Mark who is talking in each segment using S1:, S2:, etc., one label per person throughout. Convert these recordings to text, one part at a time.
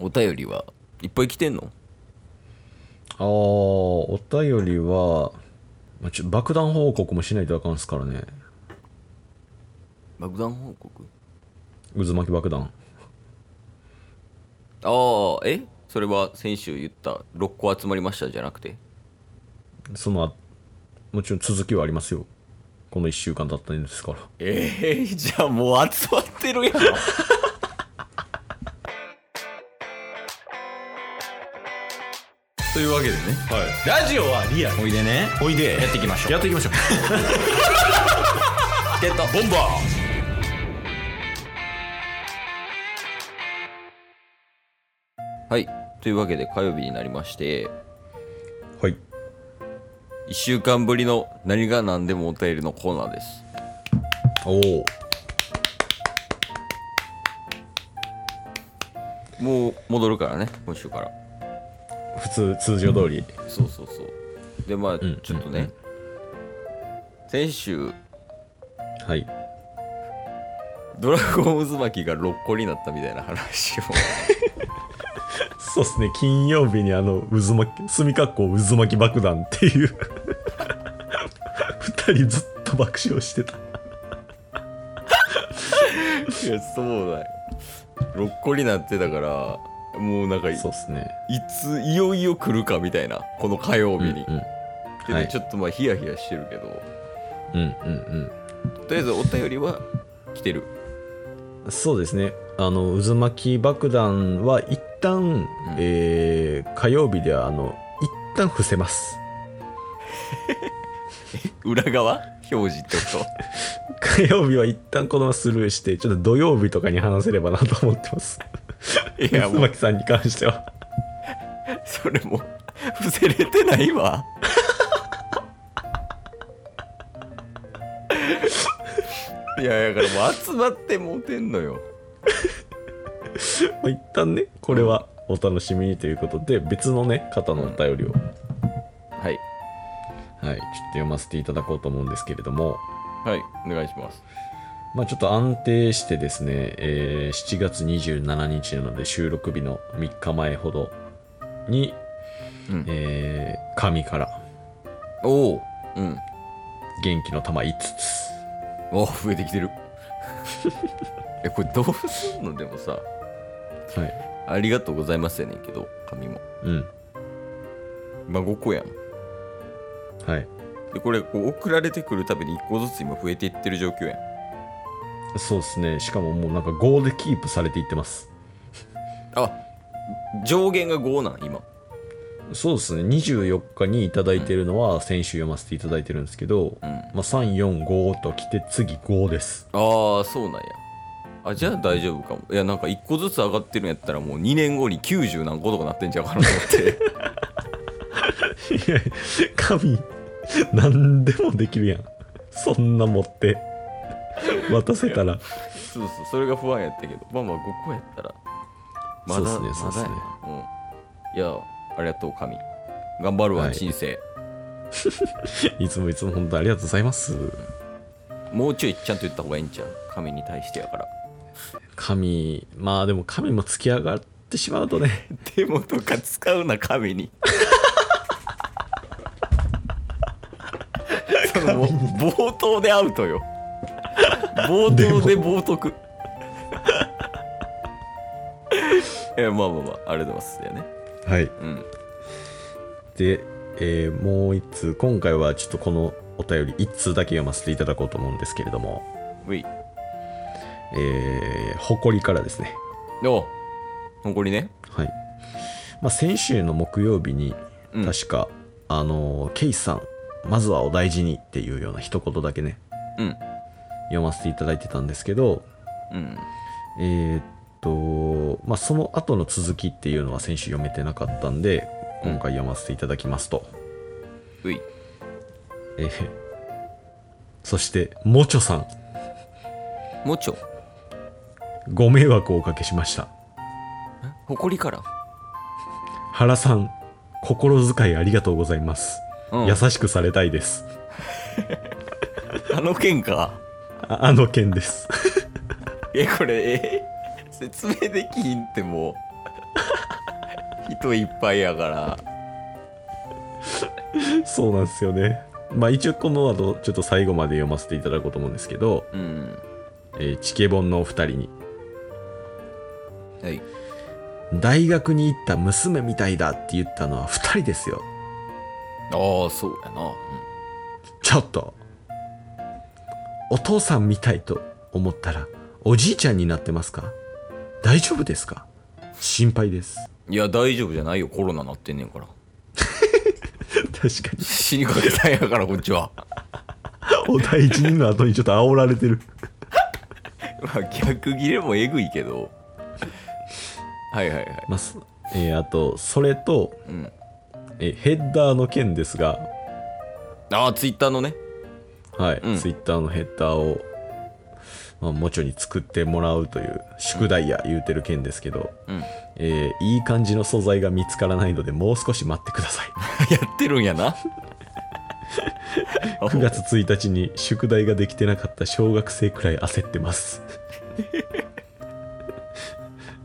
S1: お便りはいっぱい来てんの
S2: ああ、お便りは、まあちょ爆弾報告もしないとあかんっすからね。
S1: 爆弾報告
S2: 渦巻き爆弾。
S1: ああえそれは先週言った6個集まりましたじゃなくて
S2: そのあ、もちろん続きはありますよ。この1週間だったんですから。
S1: ええじゃあもう集まってるやんというわけでね
S3: ラジオはリアルおいでねおいでやっていきましょうやっていきましょう
S1: ゲット
S3: ボンバ
S1: はいというわけで火曜日になりまして
S2: はい。
S1: 1週間ぶりの何が何でもお便りのコーナーです
S2: おお。
S1: もう戻るからね今週から
S2: 普通、通常通り。
S1: そうそうそうでまあ
S2: ん
S1: ちょっとね、先週
S2: はい。
S1: ドラゴン渦巻きが6個になったみたいな 話を
S2: そうっすね、金曜日にあの、渦巻き、墨括弧渦巻き爆弾っていう。二人ずっと爆笑してた。
S1: いやそうだよ6個になってたからもうなんかい
S2: そうっすね。
S1: ついよいよ来るかみたいなこの火曜日に、
S2: うん。
S1: で
S2: はい
S1: ちょっとまあヒヤヒヤしてるけど
S2: うんうん
S1: とりあえずお便りは来てる
S2: うん、そうですねあの渦巻き爆弾は一旦、えー火曜日ではあの一旦伏せます
S1: 裏側表示ってこ
S2: 火曜日は一旦このままスルーしてちょっと土曜日とかに話せればなと思ってます
S1: といや
S2: 渦
S1: もう
S2: 巻さんに関しては
S1: それも伏せれてないわいやだからもう集まってもうてんのよ
S2: まあ一旦ねこれはお楽しみにということで別のね方のお便りを、
S1: はい
S2: はい、ちょっと読ませていただこうと思うんですけれども
S1: はいお願いします
S2: まあ、ちょっと安定してですね、えー7月27日なので収録日の3日前ほどに、
S1: うん
S2: えー神から
S1: おおうん
S2: 元気の玉5つ。
S1: おお増えてきてる えこれどうすんのでもさ
S2: はい。
S1: ありがとうございますやねんけど紙も
S2: うん。
S1: 今5個やん
S2: はい。
S1: でこれこう送られてくるたびに1個ずつ今増えていってる状況やん
S2: そうですね。しかももうなんか5でキープされていってます。
S1: あ上限が5なん今
S2: そうですね。24日にいただいてるのは先週読ませていただいてるんですけど、
S1: ん
S2: まあ、3、4、5と来て次5です。
S1: ああそうなんやあじゃあ大丈夫かもいやなんか1個ずつ上がってるんやったらもう2年後に90何個とかなってんちゃう かなと思って
S2: いや神、何でもできるやん。そんな持って渡せたら。
S1: そうそうそれが不安やったけどまあまあ5個やったらまだ
S2: そうっすねそうっすね
S1: まだやなうんいやありがとう神頑張るわ、
S2: はい
S1: 人生
S2: いつもいつも本当ありがとうございます。
S1: もうちょいちゃんと言った方がいいんちゃう神に対してやから
S2: 神、まあでも神も突き上がってしまうとね、
S1: デモとか使うな神にそのもう冒頭でアウトよ冒頭で冒涜いやまあまあまあありがとうございますやね
S2: はい。
S1: うん
S2: で、えーもう一通、今回はちょっとこのお便り一通だけ読ませていただこうと思うんですけれども、
S1: うい
S2: えー、誇りからですね。
S1: お残りね
S2: はい。まあ先週の木曜日に、
S1: うん
S2: 確か、あのー、ケイさん、まずはお大事にっていうような一言だけね、
S1: うん
S2: 読ませていただいてたんですけど、
S1: うん
S2: えーっと、まあ、その後の続きっていうのは先週読めてなかったんで、
S1: うん
S2: 今回読ませていただきますと。
S1: うい
S2: えーそして、もちょさん、
S1: もうちょ
S2: ご迷惑をおかけしました。
S1: 誇りから
S2: 原さん、心遣いありがとうございます。
S1: うん
S2: 優しくされたいです。
S1: あの件か
S2: ああの件です。
S1: えこれえ説明できひんってもう人いっぱいやから
S2: そうなんですよね。まあ一応この後ちょっと最後まで読ませていただこうと思うんですけど、
S1: うん
S2: えーチケボンのお二人に
S1: はい
S2: 大学に行った娘みたいだって言ったのは二人ですよ。
S1: ああそうやな、うん
S2: ちょっとお父さんみたいと思ったらおじいちゃんになってますか大丈夫ですか心配です
S1: いや大丈夫じゃないよコロナなってんねんから
S2: 確かに
S1: 死にかけたんやからこっちは
S2: お大事にの後にちょっと煽られてる
S1: まあ逆切れもえぐいけどはいはいはい
S2: まあすえーあとそれと、
S1: うん
S2: えーヘッダーの件ですが
S1: ああツイッターのね
S2: はい、
S1: うん
S2: ツイッターのヘッダーを、まあ、もちょに作ってもらうという宿題や言うてる件ですけど、
S1: うん
S2: えーいい感じの素材が見つからないのでもう少し待ってくだ さい
S1: やってるんや な
S2: 9月1日に宿題ができてなかった小学生くらい焦って ます、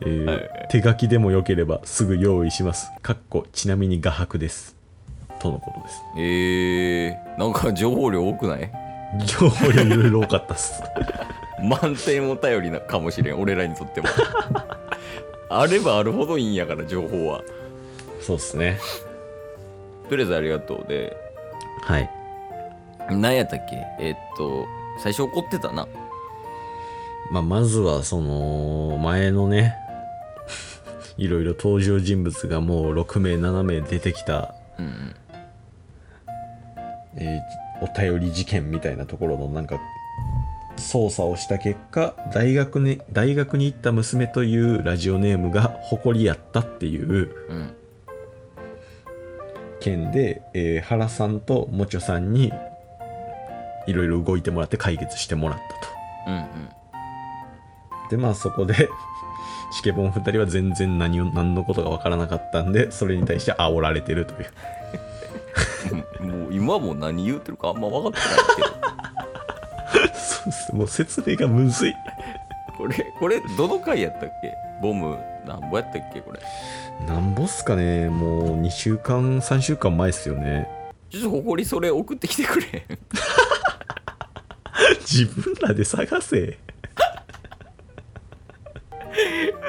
S2: えー手書きでもよければすぐ用意しますかっこちなみに画伯ですとのことです
S1: えー、なんか情報量多くない
S2: 情報量いろいろ多かったっす
S1: 満点お便りなかもしれん俺らにとっても あればあるほどいいんやから情報は
S2: そうっすね
S1: とりあえずありがとうで
S2: はい
S1: 何やったっけえーっと最初怒ってたな
S2: まあ、まずはその前のねいろいろ登場人物がもう6名7名出てきた、
S1: うん
S2: えーお便り事件みたいなところのなんか捜査をした結果大学に大学に行った娘というラジオネームが誇りやったっていう
S1: うんうん
S2: 件で、えー原さんともちょさんにいろいろ動いてもらって解決してもらったと。
S1: うん
S2: でまあそこで チケボン2人は全然何を何のことが分からなかったんでそれに対して煽られてるという
S1: うん もう今も何言うてるかあんま分かってないけど
S2: そうっすもう説明がむずい
S1: これこれどの回やったっけボムなんぼやったっけこれ
S2: なんぼっすかねもう2週間3週間前っすよね
S1: ちょっと誇りそれ送ってきてくれ
S2: 自分らで探せ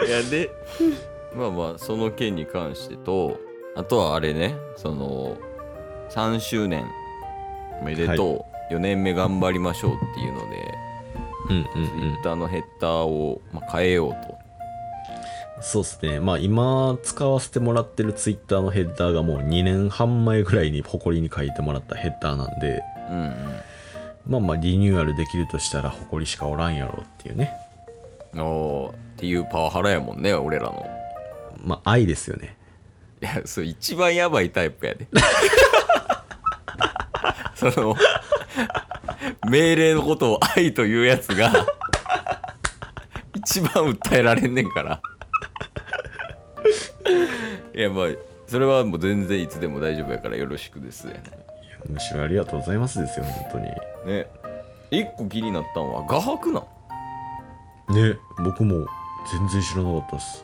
S1: いやで まあまあその件に関してとあとはあれねその3周年おめでとう、4年目頑張りましょうっていうので、
S2: うんうんう
S1: ツイッターのヘッダーを、まあ、変えようと
S2: そうっすねまあ今使わせてもらってるツイッターのヘッダーがもう2年半前ぐらいに誇りに書いてもらったヘッダーなんで
S1: うんうん
S2: まあまあリニューアルできるとしたら誇りしかおらんやろっていうね
S1: おーっていうパワハラやもんね俺らの
S2: まあ愛ですよね
S1: いやそれ一番やばいタイプやで その命令のことを愛というやつが一番訴えられんねんからいやまあそれはもう全然いつでも大丈夫やからよろしくですね
S2: むしろありがとうございますですよ本当に
S1: ね一個気になったんは画伯なん
S2: ね僕も全然知らなかったっす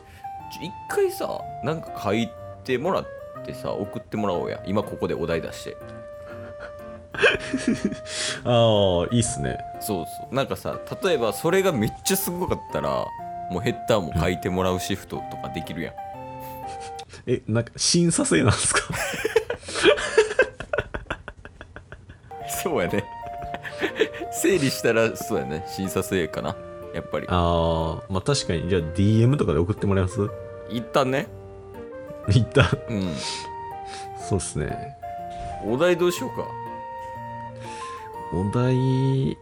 S1: ちょ一回さなんか書いてもらってさ送ってもらおうや今ここでお題出して
S2: ああいいっすね
S1: そうそうなんかさ例えばそれがめっちゃすごかったらもうヘッダーも書いてもらうシフトとかできるやん
S2: えなんか審査制なんです か
S1: そうやね 整理したらそうやね審査制かなやっぱり
S2: ああまあ確かにじゃあ DM とかで送ってもらいます
S1: 一旦ね
S2: いった
S1: うん
S2: そうっすね
S1: お題どうしようか
S2: お題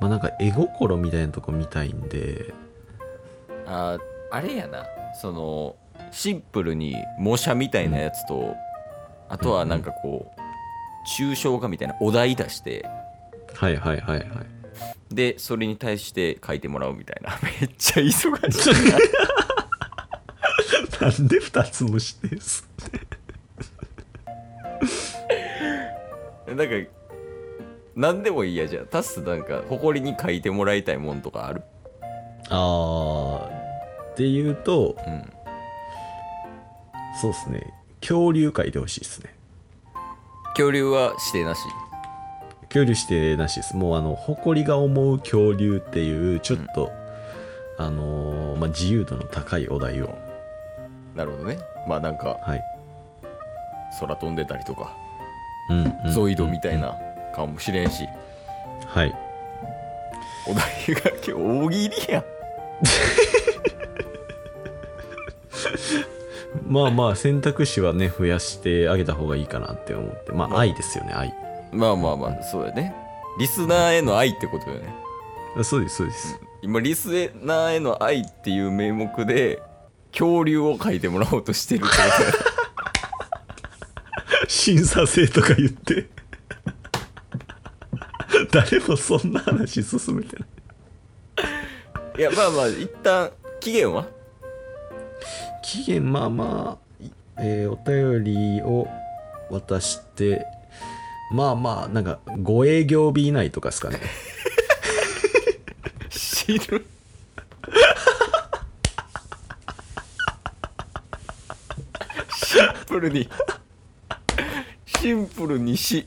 S2: まあなんか絵心みたいなとこ見たいんで
S1: あーあれやなそのシンプルに模写みたいなやつと、あとはなんかこう抽象画みたいなお題出して
S2: はいはいはいはい
S1: でそれに対して書いてもらうみたいな めっちゃ忙しい
S2: なんで2つもしてんす
S1: なんか何でもいいやじゃあタスなんか誇りに書いてもらいたいもんとかある
S2: ああっていうと
S1: うん
S2: そうですね恐竜界でほしいですね
S1: 恐竜は指定なし
S2: 恐竜してなしですもうあの誇りが思う恐竜っていうちょっと、あのーまあ、自由度の高いお題を
S1: なるほどねまあなんか
S2: はい、
S1: 空飛んでたりとか
S2: うんうん
S1: ゾイドみたいなかもしれんし
S2: はい
S1: お題が今日大喜利やん
S2: まあまあ選択肢はね増やしてあげた方がいいかなって思ってまあ愛ですよね愛
S1: まあまあまあそうだねリスナーへの愛ってことよね
S2: そうですそうです、
S1: 今リスナーへの愛っていう名目で恐竜を描いてもらおうとしてるってことだ
S2: 審査制とか言って 誰もそんな話進めてな い
S1: いやまあまあ一旦期限は
S2: 期限まあまあ、いえーお便りを渡してまあまあなんかご営業日以内とかですかね
S1: 知るシンプルにシンプルにし